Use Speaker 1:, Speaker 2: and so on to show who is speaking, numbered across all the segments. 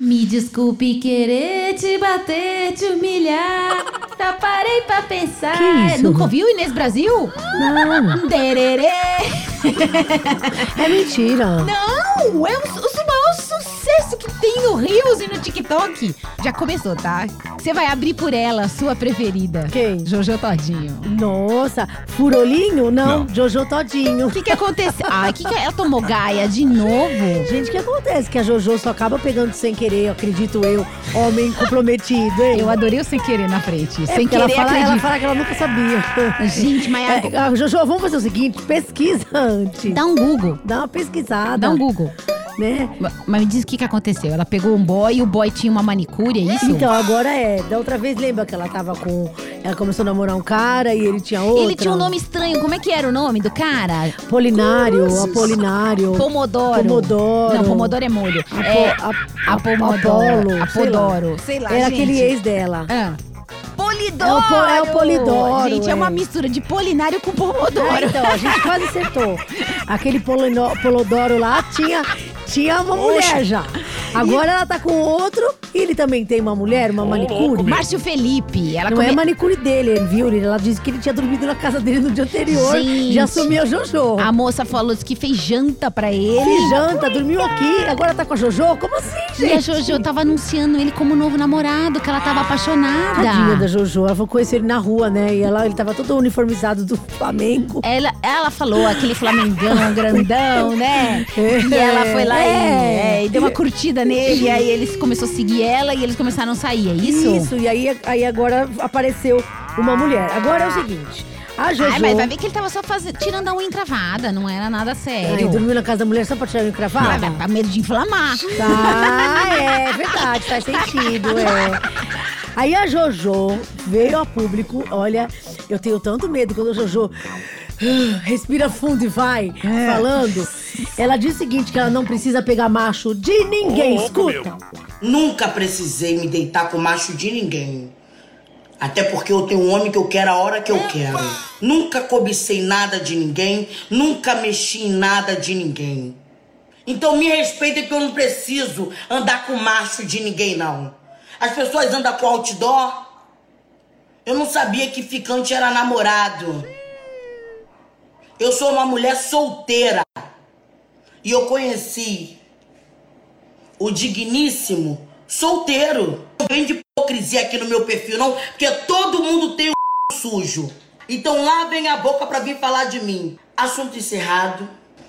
Speaker 1: Me desculpe querer te bater, te humilhar. Só parei pra pensar.
Speaker 2: Que isso?
Speaker 1: Nunca ouviu Inês Brasil?
Speaker 2: Não,
Speaker 1: Dererê.
Speaker 2: é mentira.
Speaker 1: Não, é o, o maior sucesso que tem no Reels e no TikTok. Já começou, tá? Você vai abrir por ela, sua preferida.
Speaker 2: Quem?
Speaker 1: Jojo Todinho.
Speaker 2: Nossa, furolinho? Não,
Speaker 3: Não.
Speaker 2: Jojo Todinho.
Speaker 1: O que que aconteceu? Ah, que que ela tomou Gaia de novo?
Speaker 2: É, Gente, o que acontece? Que a Jojo só acaba pegando sem querer, acredito eu. Homem comprometido, hein?
Speaker 1: Eu adorei o sem querer na frente.
Speaker 2: É
Speaker 1: sem
Speaker 2: porque
Speaker 1: querer,
Speaker 2: ela fala,
Speaker 1: acredito.
Speaker 2: ela fala que ela nunca sabia.
Speaker 1: Gente, mas agora-
Speaker 2: É, ah, Jojo, vamos fazer o seguinte, pesquisa antes.
Speaker 1: dá um Google.
Speaker 2: Dá uma pesquisada,
Speaker 1: Dá um Google.
Speaker 2: né?
Speaker 1: Ma- Mas me diz o que, que aconteceu. Ela pegou um boy e o boy tinha uma manicure, é isso?
Speaker 2: Então, agora é. Da outra vez, lembra que ela tava com... Ela começou a namorar um cara e ele tinha outro.
Speaker 1: Ele tinha um nome estranho. Como é que era o nome do cara?
Speaker 2: Polinário, Apolinário.
Speaker 1: Pomodoro.
Speaker 2: Pomodoro.
Speaker 1: Não, Pomodoro é molho. é,
Speaker 2: a,
Speaker 1: a Pomodoro. É
Speaker 2: Apolo,
Speaker 1: A
Speaker 2: sei lá.
Speaker 1: Podoro. Sei lá,
Speaker 2: Era
Speaker 1: gente.
Speaker 2: aquele ex dela.
Speaker 1: Ah. Polidoro!
Speaker 2: É o po- é o Polidoro,
Speaker 1: Gente, é uma
Speaker 2: é.
Speaker 1: mistura de Polinário com
Speaker 2: Ah,
Speaker 1: Pomodoro.
Speaker 2: então, a gente quase acertou. Aquele polino, Polodoro lá tinha, tinha uma mulher já. Agora ela tá com outro e ele também tem uma mulher, uma manicure.
Speaker 1: Márcio Felipe. Ela
Speaker 2: Não
Speaker 1: come-
Speaker 2: é manicure dele, ele viu? ele- Ela disse que ele tinha dormido na casa dele no dia anterior
Speaker 1: Gente.
Speaker 2: já sumiu a Jojo.
Speaker 1: A moça falou que fez janta pra ele.
Speaker 2: Ele janta, dormiu aqui, agora tá com a Jojo? Como assim,
Speaker 1: E a
Speaker 2: gente?
Speaker 1: Jojo tava anunciando ele como novo namorado, que ela tava apaixonada.
Speaker 2: Tadinha da Jojo, ela foi conhecer ele na rua, né? E ela, ele tava todo uniformizado do Flamengo.
Speaker 1: Ela, ela falou aquele flamengão grandão, né? E ela foi lá e-
Speaker 2: É.
Speaker 1: é, e, deu uma curtida nele. E aí eles começaram a seguir ela e eles começaram a sair, é isso?
Speaker 2: e aí, aí agora apareceu uma mulher. Agora é o seguinte, a Jojo...
Speaker 1: Ai, mas vai ver que ele tava só fazendo, tirando a unha encravada, não era nada
Speaker 2: Ai,
Speaker 1: sério.
Speaker 2: é, dormiu na casa da mulher só pra tirar o
Speaker 1: Vai,
Speaker 2: encravado?
Speaker 1: vai, tá medo de inflamar.
Speaker 2: Tá, é verdade, faz sentido, é. Aí a Jojo veio a público, olha, eu tenho tanto medo quando a Jojo ah, respira fundo e vai
Speaker 1: É.
Speaker 2: falando. Ela diz o seguinte, que ela não precisa pegar macho de ninguém, escuta.
Speaker 4: Nunca precisei me deitar com macho de ninguém. Até porque eu tenho um homem que eu quero a hora que eu quero. Nunca cobicei nada de ninguém, nunca mexi em nada de ninguém. Então me respeita que eu não preciso andar com macho de ninguém, não. As pessoas andam com outdoor. Eu não sabia que ficante era namorado. Eu sou uma mulher solteira. E eu conheci o digníssimo solteiro. Não vem de hipocrisia aqui no meu perfil, não, porque todo mundo tem o sujo. Então lá vem a boca pra vir falar de mim. Assunto encerrado,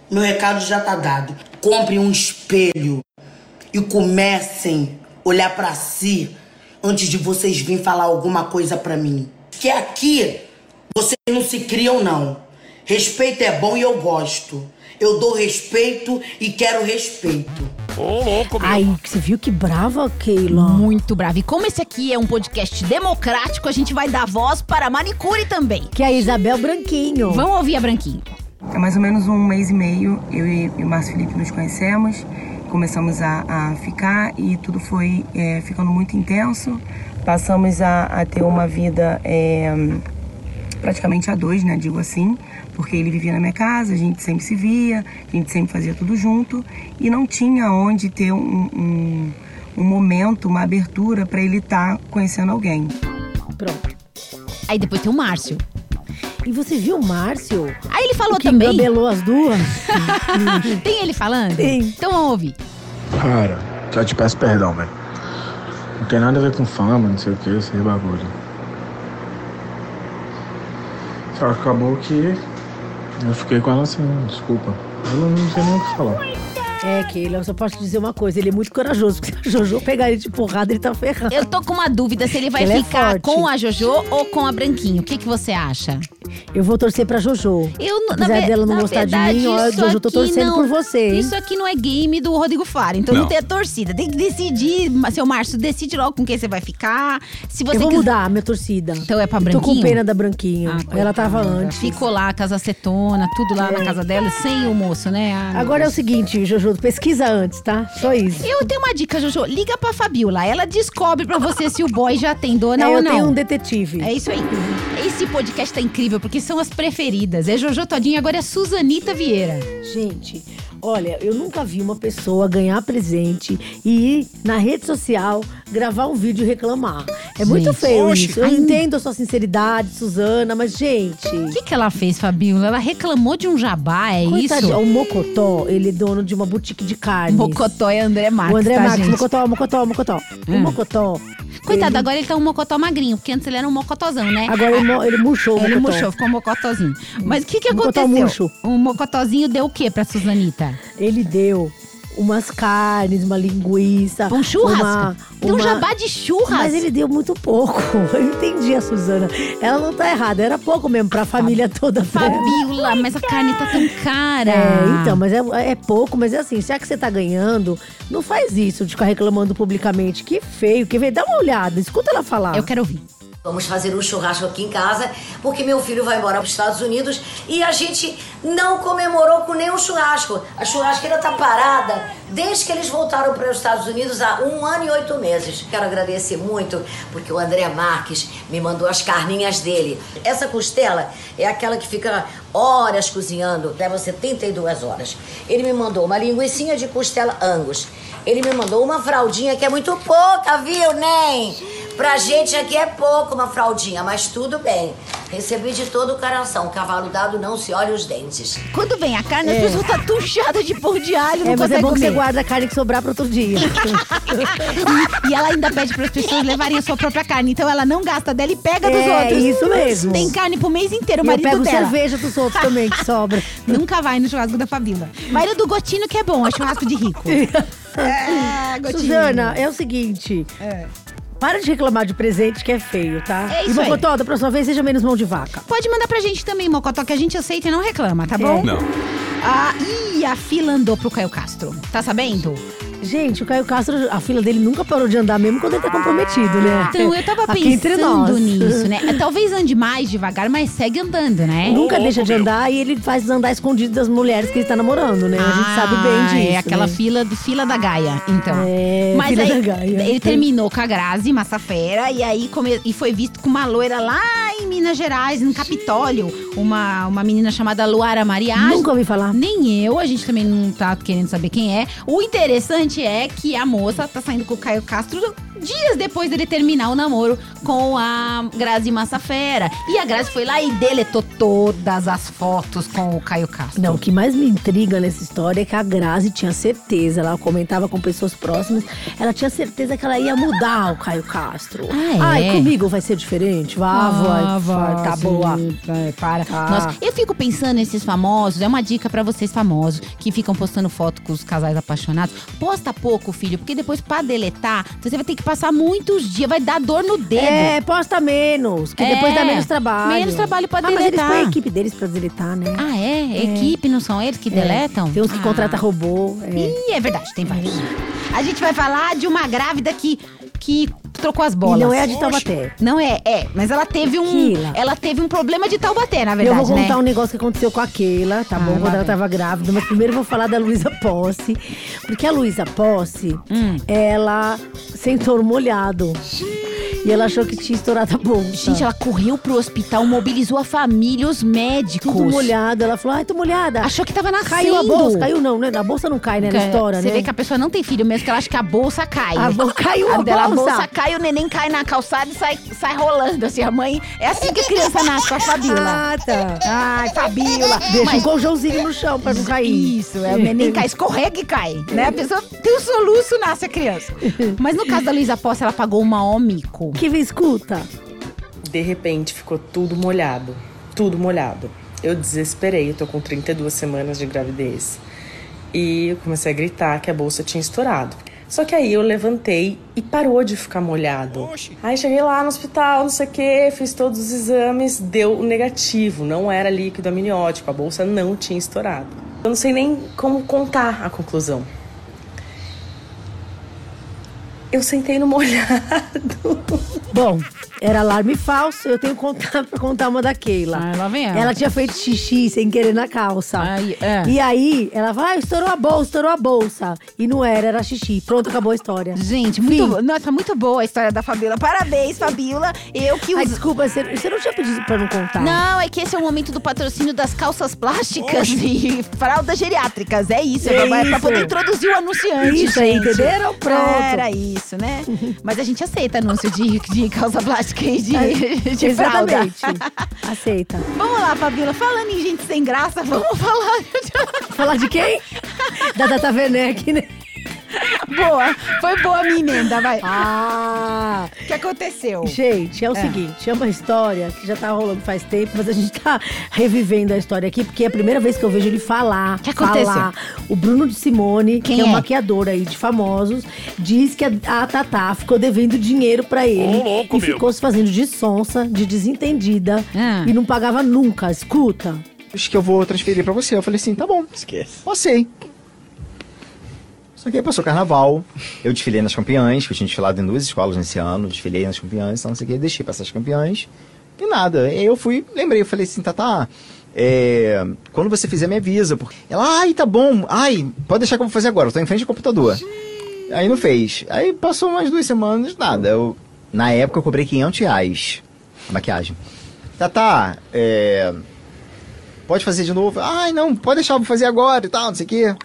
Speaker 4: meu recado já tá dado. Comprem um espelho e comecem a olhar pra si antes de vocês virem falar alguma coisa pra mim. Que aqui vocês não se criam, não. Respeito é bom e eu gosto. Eu dou respeito e quero respeito.
Speaker 3: Ô, louco, meu.
Speaker 2: Aí, você viu que brava, Keila?
Speaker 1: Muito bravo. E como esse aqui é um podcast democrático, a gente vai dar voz para a manicure também.
Speaker 2: Que é a Isabel Branquinho.
Speaker 1: Vamos ouvir a Branquinho.
Speaker 5: Há mais ou menos um mês e meio, eu e, e o Márcio Felipe nos conhecemos, começamos a, a ficar e tudo foi é, ficando muito intenso. Passamos a, a ter uma vida é, praticamente a dois, né? Digo assim, porque ele vivia na minha casa, a gente sempre se via, a gente sempre fazia tudo junto e não tinha onde ter um, um, um momento, uma abertura para ele estar conhecendo alguém.
Speaker 2: Pronto.
Speaker 1: Aí depois tem o Márcio.
Speaker 2: E você viu o Márcio?
Speaker 1: Aí ele falou
Speaker 2: que
Speaker 1: também.
Speaker 2: engabelou as duas?
Speaker 1: Tem ele falando?
Speaker 2: Tem.
Speaker 1: Então vamos ouvir.
Speaker 6: Cara, já te peço perdão, velho. Não tem nada a ver com fama, não sei o que, esse bagulho. Só que acabou que eu fiquei com ela assim, desculpa. Eu não sei nem o que falar.
Speaker 2: É, Keila, eu só posso te dizer uma coisa, ele é muito corajoso, porque se a Jojo pegar ele de porrada, ele tá ferrado.
Speaker 1: Eu tô com uma dúvida se ele vai
Speaker 2: Ele é
Speaker 1: ficar
Speaker 2: forte.
Speaker 1: com a Jojo ou com a Branquinho. O que, que você acha?
Speaker 2: Eu vou torcer pra Jojo.
Speaker 1: Eu, não-
Speaker 2: Apesar
Speaker 1: ve-
Speaker 2: dela não gostar de mim, ó,
Speaker 1: isso
Speaker 2: Jojo, eu tô
Speaker 1: aqui
Speaker 2: torcendo
Speaker 1: não-
Speaker 2: por você, hein?
Speaker 1: Isso aqui não é game do Rodrigo Faro, então não,
Speaker 3: Não.
Speaker 1: tem a torcida. Tem que decidir, ma- seu Márcio, decide logo com quem você vai ficar. Se você
Speaker 2: eu vou
Speaker 1: quiser-
Speaker 2: mudar a minha torcida.
Speaker 1: Então é pra
Speaker 2: Eu Tô com
Speaker 1: Branquinho?
Speaker 2: pena da Branquinho.
Speaker 1: Ah, coitada.
Speaker 2: Ela tava antes. É.
Speaker 1: Ficou lá, casa acetona, tudo lá na casa dela, sem o moço, né? Ah, meu
Speaker 2: Agora é o
Speaker 1: Deus.
Speaker 2: seguinte, Jojo, pesquisa antes, tá? Só isso.
Speaker 1: Eu tenho uma dica, Jojo. Liga pra Fabiola. Ela descobre pra você se o boy já tem dona
Speaker 2: É,
Speaker 1: ou
Speaker 2: eu
Speaker 1: não.
Speaker 2: tenho um detetive.
Speaker 1: É isso aí. Esse podcast tá incrível. incrível, porque são as preferidas. É Jojo Todinho, agora é Suzanita Vieira.
Speaker 2: Gente, olha, eu nunca vi uma pessoa ganhar presente e ir na rede social gravar um vídeo e reclamar. É muito
Speaker 1: Gente.
Speaker 2: feio
Speaker 7: Oxe.
Speaker 2: isso. Eu entendo a sua sinceridade, Suzana, mas, gente.
Speaker 1: O que, que ela fez, Fabiola? Ela reclamou de um jabá, é
Speaker 2: coitadinha.
Speaker 1: isso?
Speaker 2: O Mocotó, ele é dono de uma boutique de carnes.
Speaker 1: Mocotó é André Marques,
Speaker 2: o André
Speaker 1: tá,
Speaker 2: Marques,
Speaker 1: gente? Hum.
Speaker 2: Mocotó, Mocotó, Mocotó. O Mocotó.
Speaker 1: Coitado,
Speaker 2: ele-
Speaker 1: agora ele tá um mocotó magrinho, porque antes ele era um mocotozão, né?
Speaker 2: Agora ele, mo- ele murchou o
Speaker 1: ele
Speaker 2: Mocotó.
Speaker 1: murchou, ficou um mocotózinho. Mas o que, que
Speaker 2: Mocotó
Speaker 1: aconteceu?
Speaker 2: murcho.
Speaker 1: Um mocotózinho deu o quê pra Suzanita?
Speaker 2: Ele deu umas carnes, uma linguiça.
Speaker 1: Um churrasco?
Speaker 2: Uma,
Speaker 1: Deu um
Speaker 2: uma-
Speaker 1: jabá de churras?
Speaker 2: Mas ele deu muito pouco. Eu entendi a Suzana. Ela não tá errada, era pouco mesmo pra família toda. dela.
Speaker 1: Fabiola, mas a carne tá tão cara.
Speaker 2: É, então, mas é, é pouco, mas é assim, já que você tá ganhando, não faz isso de ficar reclamando publicamente. Que feio, que feio. Dá uma olhada, escuta ela falar.
Speaker 1: Eu quero ouvir.
Speaker 8: Vamos fazer um churrasco aqui em casa, porque meu filho vai embora para os Estados Unidos e a gente não comemorou com nenhum churrasco. A churrasqueira tá parada desde que eles voltaram para os Estados Unidos há um ano e oito meses. Quero agradecer muito, porque o André Marques me mandou as carninhas dele. Essa costela é aquela que fica horas cozinhando, leva 72 horas. Ele me mandou uma linguiçinha de costela angus. Ele me mandou uma fraldinha que é muito pouca, viu, Nen? Pra gente aqui é pouco uma fraldinha, mas tudo bem. Recebi de todo o coração. Cavalo dado não se olha os dentes.
Speaker 1: Quando vem a carne, as pessoas tá tuchada de pão de alho, não
Speaker 2: É, mas
Speaker 1: consegue
Speaker 2: é bom que você
Speaker 1: comer.
Speaker 2: guarda a carne que sobrar pra outro dia.
Speaker 1: E ela ainda pede para as pessoas levarem a sua própria carne. Então ela não gasta dela e pega dos
Speaker 2: É,
Speaker 1: outros.
Speaker 2: isso mesmo.
Speaker 1: Tem carne pro mês inteiro, o
Speaker 2: E eu
Speaker 1: marido
Speaker 2: pego
Speaker 1: dela.
Speaker 2: cerveja dos outros também, que sobra.
Speaker 1: Nunca vai no churrasco da Fabíola. Vai no do Gotino, que é bom, é churrasco de rico. É, Gotino.
Speaker 2: Suzana, é o seguinte. Para de reclamar de presente que é feio, tá?
Speaker 1: É
Speaker 2: e
Speaker 1: isso aí.
Speaker 2: Mocotó, da próxima vez, seja menos mão de vaca.
Speaker 1: Pode mandar pra gente também, Mocotó, que a gente aceita e não reclama,
Speaker 2: É.
Speaker 1: tá bom?
Speaker 7: Não.
Speaker 1: Ah, e a fila andou pro Caio Castro. Tá sabendo?
Speaker 2: Gente, o Caio Castro, a fila dele nunca parou de andar, mesmo quando ele tá comprometido, né?
Speaker 1: Então, eu tava
Speaker 2: Aqui entre
Speaker 1: pensando
Speaker 2: nós.
Speaker 1: nisso, né? Talvez ande mais devagar, mas segue andando, né?
Speaker 2: Nunca
Speaker 7: Ô,
Speaker 2: deixa de
Speaker 7: meu.
Speaker 2: andar e ele faz andar escondido das mulheres que ele tá namorando, né? a gente sabe bem
Speaker 1: Ah,
Speaker 2: disso.
Speaker 1: É aquela
Speaker 2: né?
Speaker 1: fila, do- fila da Gaia, então.
Speaker 2: É,
Speaker 1: Mas
Speaker 2: fila
Speaker 1: aí,
Speaker 2: da Gaia. né?
Speaker 1: ele terminou com a Grazi Massafera e aí come- e foi visto com uma loira lá em Minas Gerais, no Capitólio. Uma, uma menina chamada Luara Mariage.
Speaker 2: Nunca ouvi falar.
Speaker 1: Nem eu, a gente também não tá querendo saber quem é. O interessante é que a moça tá saindo com o Caio Castro dias depois dele terminar o namoro com a Grazi Massafera. E a Grazi foi lá e deletou todas as fotos com o Caio Castro.
Speaker 2: Não, o que mais me intriga nessa história é que a Grazi tinha certeza, ela comentava com pessoas próximas, ela tinha certeza que ela ia mudar o Caio Castro.
Speaker 1: Ah, é?
Speaker 2: Ai, comigo vai ser diferente?
Speaker 1: Ah,
Speaker 2: Vá, vai, vai, tá boa.
Speaker 1: vai, é, para.
Speaker 2: Tá.
Speaker 1: Nossa, eu fico pensando nesses famosos, é uma dica pra vocês famosos que ficam postando foto com os casais apaixonados. Posta pouco, filho, porque depois pra deletar, você vai ter que passar muitos dias, vai dar dor no dedo.
Speaker 2: É, posta menos, que depois
Speaker 1: É,
Speaker 2: dá menos trabalho.
Speaker 1: menos trabalho pra
Speaker 2: Ah, mas eles
Speaker 1: deletar.
Speaker 2: põem a equipe deles pra deletar, né?
Speaker 1: Ah, é? Equipe, não são eles que deletam?
Speaker 2: É. Tem uns que
Speaker 1: ah.
Speaker 2: contratam Uhum. robô. É.
Speaker 1: Ih, é verdade, tem vários. A gente vai falar de uma grávida que, que trocou as
Speaker 2: E
Speaker 1: bolas.
Speaker 2: não é a de Taubaté.
Speaker 1: Não é, é. Mas ela teve um.
Speaker 2: Keila.
Speaker 1: Ela teve um problema de Taubaté, na verdade.
Speaker 2: eu vou contar
Speaker 1: né?
Speaker 2: um negócio que aconteceu com a Keila, tá
Speaker 1: Ah,
Speaker 2: bom?
Speaker 1: lá
Speaker 2: Quando ela
Speaker 1: vem.
Speaker 2: tava grávida, mas primeiro eu vou falar da Luísa Posse. Porque a Luísa Posse,
Speaker 1: Hum.
Speaker 2: ela sentou no molhado. E ela achou que tinha estourado a bolsa.
Speaker 1: Gente, ela correu pro hospital, mobilizou a família, os médicos.
Speaker 2: Tudo molhado. Ela falou, ai, tô molhada.
Speaker 1: Achou que tava nascendo.
Speaker 2: Caiu a bolsa. Caiu não, né? A bolsa não cai, né? Na história,
Speaker 1: Você
Speaker 2: né?
Speaker 1: vê que a pessoa não tem filho mesmo, que ela acha que a bolsa cai.
Speaker 2: A bo- caiu a
Speaker 1: dela,
Speaker 2: bolsa.
Speaker 1: A bolsa cai, o neném cai na calçada e sai, sai rolando. Assim, a mãe. É assim que a criança nasce, com a Fabiola.
Speaker 2: Ah, tá.
Speaker 1: Ai, Fabiola.
Speaker 2: Deixa um colchãozinho no chão pra não cair.
Speaker 1: Isso, é, o neném cai, escorrega e cai, né? A pessoa tem um soluço, nasce a criança. Mas no caso da Luísa Posse, ela pagou uma omico.
Speaker 2: Que vem, escuta.
Speaker 9: De repente ficou tudo molhado, tudo molhado. Eu desesperei, eu tô com 32 semanas de gravidez. E eu comecei a gritar que a bolsa tinha estourado. Só que aí eu levantei e parou de ficar molhado.
Speaker 7: Oxi.
Speaker 9: Aí cheguei lá no hospital, não sei o que, fiz todos os exames, deu negativo, não era líquido amniótico, a bolsa não tinha estourado. Eu não sei nem como contar a conclusão. Eu sentei no molhado.
Speaker 2: Bom, era alarme falso. Eu tenho contato pra contar uma da Keila.
Speaker 1: Ah, lá vem ela.
Speaker 2: tinha feito xixi sem querer na calça.
Speaker 1: Ai, é.
Speaker 2: E aí, ela vai, ah, estourou a bolsa, estourou a bolsa. E não era, era xixi. Pronto, acabou a história.
Speaker 1: Gente,
Speaker 2: Fim.
Speaker 1: muito, bo- nossa, muito boa a história da Fabiola. Parabéns, Fabiola. Eu que
Speaker 2: Ai,
Speaker 1: uso.
Speaker 2: desculpa, você, você não tinha pedido pra não contar.
Speaker 1: Não, é que esse é o momento do patrocínio das calças plásticas e fraldas geriátricas. É isso,
Speaker 2: É
Speaker 1: é, pra, é pra
Speaker 2: isso.
Speaker 1: poder introduzir o anunciante.
Speaker 2: Isso aí,
Speaker 1: gente.
Speaker 2: entenderam? Pronto.
Speaker 1: Era isso, né? Mas a gente aceita anúncio de, de calça plástica e de, de fralda.
Speaker 2: É, Exatamente. Aceita.
Speaker 1: Vamos lá, Fabiola. Falando em gente sem graça, vamos falar.
Speaker 2: Falar de quem? da Tata Werneck, né?
Speaker 1: boa. Foi boa a minha emenda, vai.
Speaker 2: Ah!
Speaker 1: O que aconteceu?
Speaker 2: Gente, é o
Speaker 1: É.
Speaker 2: seguinte, é uma história que já tá rolando faz tempo, mas a gente tá revivendo a história aqui, porque é a primeira vez que eu vejo ele falar.
Speaker 1: que aconteceu?
Speaker 2: Falar. O Bruno de Simone,
Speaker 1: Quem
Speaker 2: que é um
Speaker 1: é?
Speaker 2: maquiador aí de famosos, diz que a, a Tatá ficou devendo dinheiro pra ele. e ficou se fazendo de sonsa, de desentendida,
Speaker 1: Ah.
Speaker 2: e não pagava nunca. Escuta.
Speaker 7: Acho que eu vou transferir pra você. Eu falei assim, tá bom. Esquece. Passei. Só que aí passou o carnaval, eu desfilei nas campeãs, que eu tinha desfilado em duas escolas nesse ano, desfilei nas campeãs, então não sei o que, deixei pra essas campeãs, e nada. E aí eu fui, lembrei, eu falei assim, Tata, é, quando você fizer, me avisa. porque- Ela, ai, tá bom, ai, pode deixar que eu vou fazer agora, eu tô em frente ao computador. Aí não fez. Aí passou umas duas semanas, nada. Eu, na época eu cobrei 500 reais a maquiagem. Tata, é, pode fazer de novo? Ai, não, pode deixar, eu vou fazer agora e tal, não sei o que.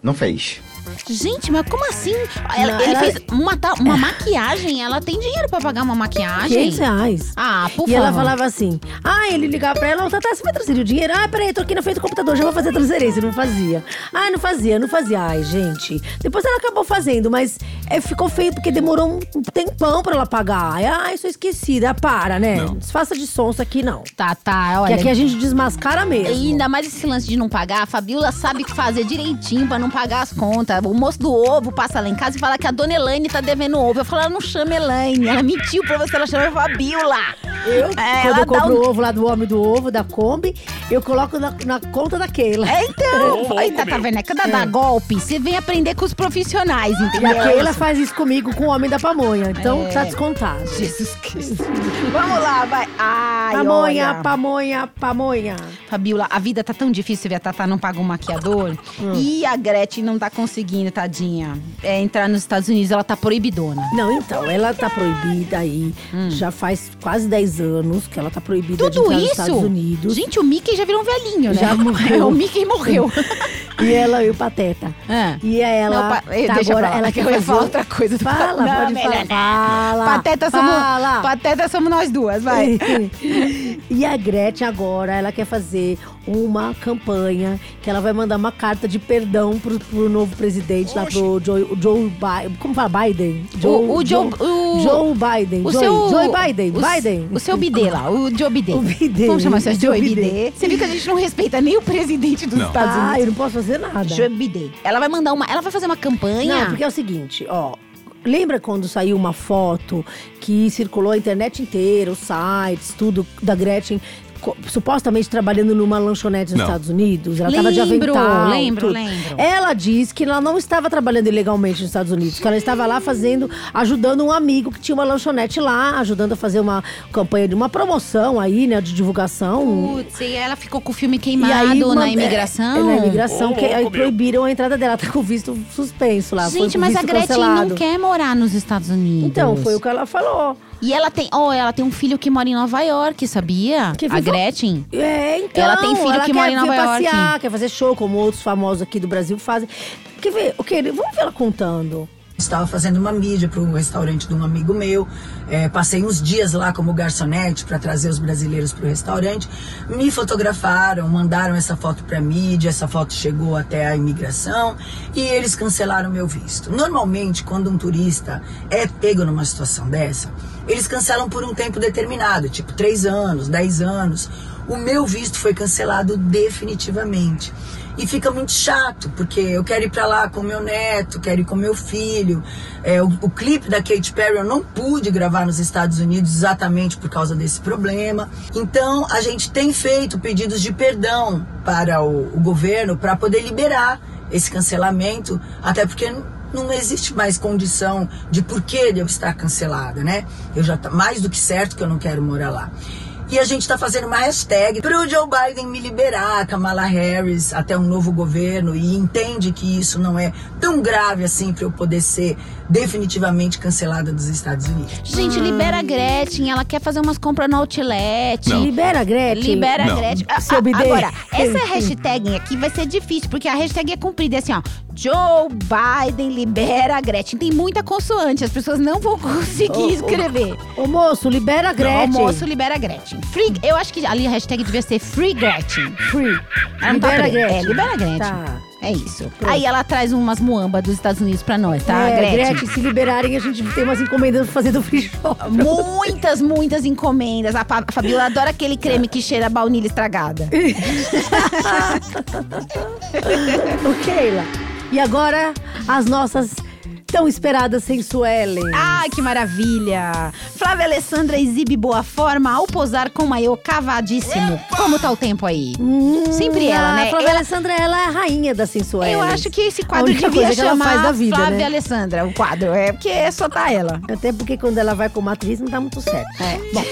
Speaker 7: Não fez.
Speaker 1: Gente, mas como assim? Ela-
Speaker 2: Não,
Speaker 1: ele
Speaker 2: ela-
Speaker 1: fez uma, ta- uma maquiagem. Ela tem dinheiro pra pagar uma maquiagem?
Speaker 2: 500 reais.
Speaker 1: Ah, por
Speaker 2: e
Speaker 1: favor.
Speaker 2: ela falava assim: ah, ele ligava pra ela, ô, Tatá, você vai transferir o dinheiro? Ah, peraí, tô aqui na frente do computador, já vou fazer a transferência. Não fazia. Ah, não fazia, não fazia. Ai, gente. Depois ela acabou fazendo, mas é, ficou feio porque demorou um tempão pra ela pagar. Ai, Ai, sou esquecida. Ah, Para, né? Desfaça de sonsa aqui, não.
Speaker 1: Tá, tá,
Speaker 2: Que
Speaker 1: olha.
Speaker 2: aqui é a gente desmascara
Speaker 1: E
Speaker 2: mesmo.
Speaker 1: É, ainda mais esse lance de não pagar, a Fabiola sabe fazer direitinho pra não pagar as contas. O moço do ovo passa lá em casa e fala que a dona Elaine tá devendo ovo. Eu falo, ela não chama Elaine. Ela mentiu pra você, ela chama Fabiola.
Speaker 2: Eu,
Speaker 1: É,
Speaker 2: quando
Speaker 1: ela
Speaker 2: eu
Speaker 1: dá
Speaker 2: compro
Speaker 1: um-
Speaker 2: o ovo lá do homem do ovo, da Kombi, eu coloco na, na conta da Keila.
Speaker 1: É, então. Eita, tá vendo? É Cada dá golpe, você vem aprender com os profissionais,
Speaker 2: E
Speaker 1: entendeu?
Speaker 2: a Keila faz isso comigo com o homem da pamonha. Então
Speaker 1: É.
Speaker 2: tá descontado.
Speaker 1: Jesus Cristo. Vamos lá, vai. Ai,
Speaker 2: Pamonha,
Speaker 1: olha.
Speaker 2: pamonha, pamonha.
Speaker 1: Fabiola, a vida tá tão difícil ver a Tatá não paga um maquiador.
Speaker 2: Hum.
Speaker 1: E a Gretchen não tá conseguindo, tadinha. É, entrar nos Estados Unidos, ela tá proibidona.
Speaker 2: Não, então, ela tá proibida aí. Já faz quase 10 anos que ela tá proibida de
Speaker 1: Hum. Tudo
Speaker 2: entrar
Speaker 1: isso?
Speaker 2: nos Estados Unidos.
Speaker 1: Gente, o Mickey já virou um velhinho, né?
Speaker 2: Já morreu.
Speaker 1: o Mickey morreu.
Speaker 2: E ela e o Pateta.
Speaker 1: Ah.
Speaker 2: E ela.
Speaker 1: Não, pa- eh,
Speaker 2: tá
Speaker 1: deixa
Speaker 2: agora,
Speaker 1: pra lá, que
Speaker 2: ela quer
Speaker 1: eu ia
Speaker 2: fazer-
Speaker 1: falar outra coisa.
Speaker 2: Fala,
Speaker 1: Não,
Speaker 2: pode
Speaker 1: melhor
Speaker 2: falar.
Speaker 1: não.
Speaker 2: Fala.
Speaker 1: Pateta,
Speaker 2: fala.
Speaker 1: somos, pateta somos nós duas, vai.
Speaker 2: e a Gretchen agora, ela quer fazer uma campanha que ela vai mandar uma carta de perdão pro, pro novo presidente lá, pro Joe, Joe Biden. Como fala? Biden?
Speaker 1: o, o Joe... O,
Speaker 2: Joe Biden.
Speaker 1: o
Speaker 2: Joe,
Speaker 1: seu...
Speaker 2: Joe Biden.
Speaker 1: o,
Speaker 2: Biden.
Speaker 1: O seu Bidê lá, o Joe Bidê.
Speaker 2: O Bidê.
Speaker 1: Vamos chamar isso, é
Speaker 2: O seu
Speaker 1: Joe
Speaker 2: Bidê.
Speaker 1: Bidê. Você viu que a gente não respeita nem o presidente dos Estados
Speaker 2: Ah, eu
Speaker 1: Unidos. é
Speaker 2: não posso fazer nada.
Speaker 1: Joe Bidê. Ela vai mandar uma... Ela vai fazer uma campanha...
Speaker 2: Não, porque é o seguinte, ó. Lembra quando saiu uma foto que circulou a internet inteira, os sites, tudo, da Gretchen co- supostamente trabalhando numa lanchonete nos Estados Unidos? Ela estava de
Speaker 1: Lembro,
Speaker 2: avental.
Speaker 1: lembro,
Speaker 2: tudo.
Speaker 1: lembro.
Speaker 2: Ela diz que ela não estava trabalhando ilegalmente nos Estados Unidos, que ela estava lá fazendo, ajudando um amigo que tinha uma lanchonete lá, ajudando a fazer uma campanha de uma promoção aí, né, de divulgação,
Speaker 1: Putz, e ela ficou com o filme
Speaker 2: um- e
Speaker 1: queimado
Speaker 2: aí,
Speaker 1: na
Speaker 2: manda-
Speaker 1: imigração.
Speaker 2: É, na imigração, que aí proibiram a entrada dela. Tá com o visto suspenso lá. foi
Speaker 1: Gente,
Speaker 2: com
Speaker 1: mas a
Speaker 2: visto
Speaker 1: Gretchen
Speaker 2: cancelado.
Speaker 1: não quer morar nos Estados Unidos.
Speaker 2: Então, foi o que ela falou.
Speaker 1: E ela tem, oh, ela tem um filho que mora em Nova York, sabia?
Speaker 2: Que
Speaker 1: a
Speaker 2: vivou-
Speaker 1: Gretchen.
Speaker 2: É, então.
Speaker 1: Ela tem filho
Speaker 2: ela
Speaker 1: que
Speaker 2: quer
Speaker 1: mora em
Speaker 2: vir
Speaker 1: Nova York.
Speaker 2: passear, quer fazer show, como outros famosos aqui do Brasil fazem. Quer ver? O quê? Vamos ver ela contando.
Speaker 4: Estava fazendo uma mídia para um restaurante de um amigo meu. eh, passei uns dias lá como garçonete para trazer os brasileiros para o restaurante. Me fotografaram, mandaram essa foto para mídia. Essa foto chegou até a imigração e eles cancelaram meu visto. Normalmente, quando um turista é pego numa situação dessa, eles cancelam por um tempo determinado, tipo três anos, dez anos. O meu visto foi cancelado definitivamente. E fica muito chato, porque eu quero ir pra lá com meu neto, quero ir com meu filho. É, o, o clipe da Katy Perry eu não pude gravar nos Estados Unidos exatamente por causa desse problema. Então a gente tem feito pedidos de perdão para o, o governo para poder liberar esse cancelamento, até porque não existe mais condição de por que eu estar cancelada, né? Eu já tá mais do que certo que eu não quero morar lá. E a gente está fazendo uma hashtag para o Joe Biden me liberar, Kamala Harris, até um novo governo, e entende que isso não é tão grave assim para eu poder ser definitivamente cancelada dos Estados Unidos.
Speaker 1: Gente, libera a Gretchen, ela quer fazer umas compras no outlet.
Speaker 10: Não.
Speaker 2: Libera, Gretchen.
Speaker 1: Libera a
Speaker 10: Não.
Speaker 1: Gretchen. Ah,
Speaker 2: Seu
Speaker 1: ah,
Speaker 2: bidê.
Speaker 1: Agora, essa hashtag aqui vai ser difícil, porque a hashtag é comprida, é assim, ó. Joe Biden libera a Gretchen. Tem muita consoante, as pessoas não vão
Speaker 2: Ô, ô,
Speaker 1: conseguir escrever.
Speaker 2: Ô, moço, libera a Gretchen.
Speaker 1: Almoço libera a Gretchen. Free, eu acho que ali a hashtag devia ser Free Gretchen.
Speaker 2: Free.
Speaker 1: Ela não tá
Speaker 2: Libera a
Speaker 1: presa.
Speaker 2: Gretchen.
Speaker 1: É, libera a Gretchen.
Speaker 2: Tá.
Speaker 1: É isso. Aí ela traz umas muamba dos Estados Unidos pra nós, tá,
Speaker 2: é,
Speaker 1: Gretchen?
Speaker 2: Gretchen, se liberarem, a gente tem umas encomendas pra fazer do free shop.
Speaker 1: Muitas, muitas encomendas. A, Pa- a Fabiola adora aquele creme que cheira a baunilha estragada.
Speaker 2: Ok, lá. E agora, as nossas tão esperadas sensuelen.
Speaker 1: Ai, que maravilha! Flávia Alessandra exibe boa forma ao posar com maiô cavadíssimo. Como tá o tempo aí? Sempre ela, né?
Speaker 2: Hum, A Ah, Flávia
Speaker 1: Ela-
Speaker 2: Alessandra, ela é a rainha das sensuelen.
Speaker 1: Eu acho que esse quadro
Speaker 2: única
Speaker 1: devia
Speaker 2: coisa que ela
Speaker 1: chamar
Speaker 2: faz da vida,
Speaker 1: Flávia
Speaker 2: né?
Speaker 1: Alessandra, o quadro. É porque só tá ela.
Speaker 2: Até porque quando ela vai como atriz, não dá muito certo.
Speaker 1: É.
Speaker 2: Bom,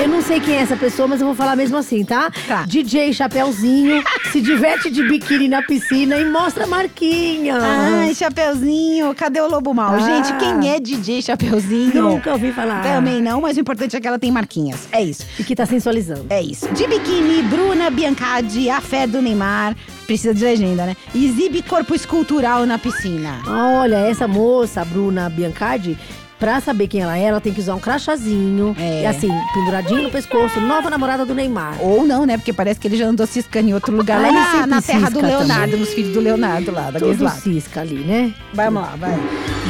Speaker 2: eu não sei quem é essa pessoa, mas eu vou falar mesmo assim, tá?
Speaker 1: Tá.
Speaker 2: DJ Chapeuzinho se diverte de biquíni na piscina e mostra a marquinha.
Speaker 1: Ai, Chapeuzinho, cadê o Lobo Mal?
Speaker 2: Ah.
Speaker 1: Gente, quem é DJ Chapeuzinho?
Speaker 2: Nunca ouvi falar.
Speaker 1: Também não, mas o importante é que ela tem marquinhas. É isso.
Speaker 2: E que tá sensualizando.
Speaker 1: É isso. De biquíni, Bruna Biancardi, a fé do Neymar. Precisa de legenda, né? Exibe corpo escultural na piscina.
Speaker 2: Olha, essa moça, a Bruna Biancardi, pra saber quem ela é, ela tem que usar um crachazinho.
Speaker 1: É.
Speaker 2: E assim, penduradinho no pescoço, nova namorada do Neymar.
Speaker 1: Ou não, né? Porque parece que ele já andou ciscando em outro lugar, lá
Speaker 2: Ele
Speaker 1: na,
Speaker 2: sempre
Speaker 1: Ah, na terra do
Speaker 2: cisca
Speaker 1: Leonardo,
Speaker 2: também.
Speaker 1: nos filhos do Leonardo lá, da
Speaker 2: Todo
Speaker 1: Guislada.
Speaker 2: cisca ali, né?
Speaker 1: Vamos lá, vai.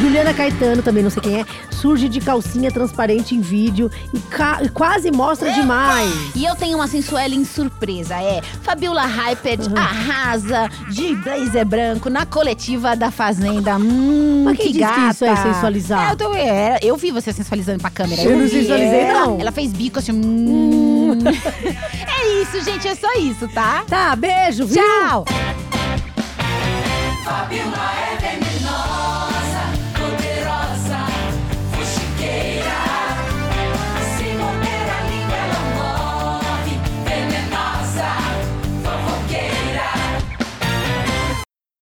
Speaker 2: Juliana Caetano, também não sei quem é, surge de calcinha transparente em vídeo e, ca- e quase mostra demais.
Speaker 1: E eu tenho uma sensuela em surpresa, é. Fabiola Hypert arrasa de blazer branco na coletiva da Fazenda. Hum,
Speaker 2: Mas quem
Speaker 1: que
Speaker 2: diz que
Speaker 1: gata.
Speaker 2: isso é sensualizar?
Speaker 1: É, eu, tô- é, eu vi você sensualizando pra câmera.
Speaker 2: Eu não
Speaker 1: vi.
Speaker 2: sensualizei,
Speaker 1: Ela-
Speaker 2: não.
Speaker 1: Ela fez bico assim. hum. é isso, gente, é só isso, tá?
Speaker 2: Tá, beijo, viu?
Speaker 1: Tchau!
Speaker 2: Fabiola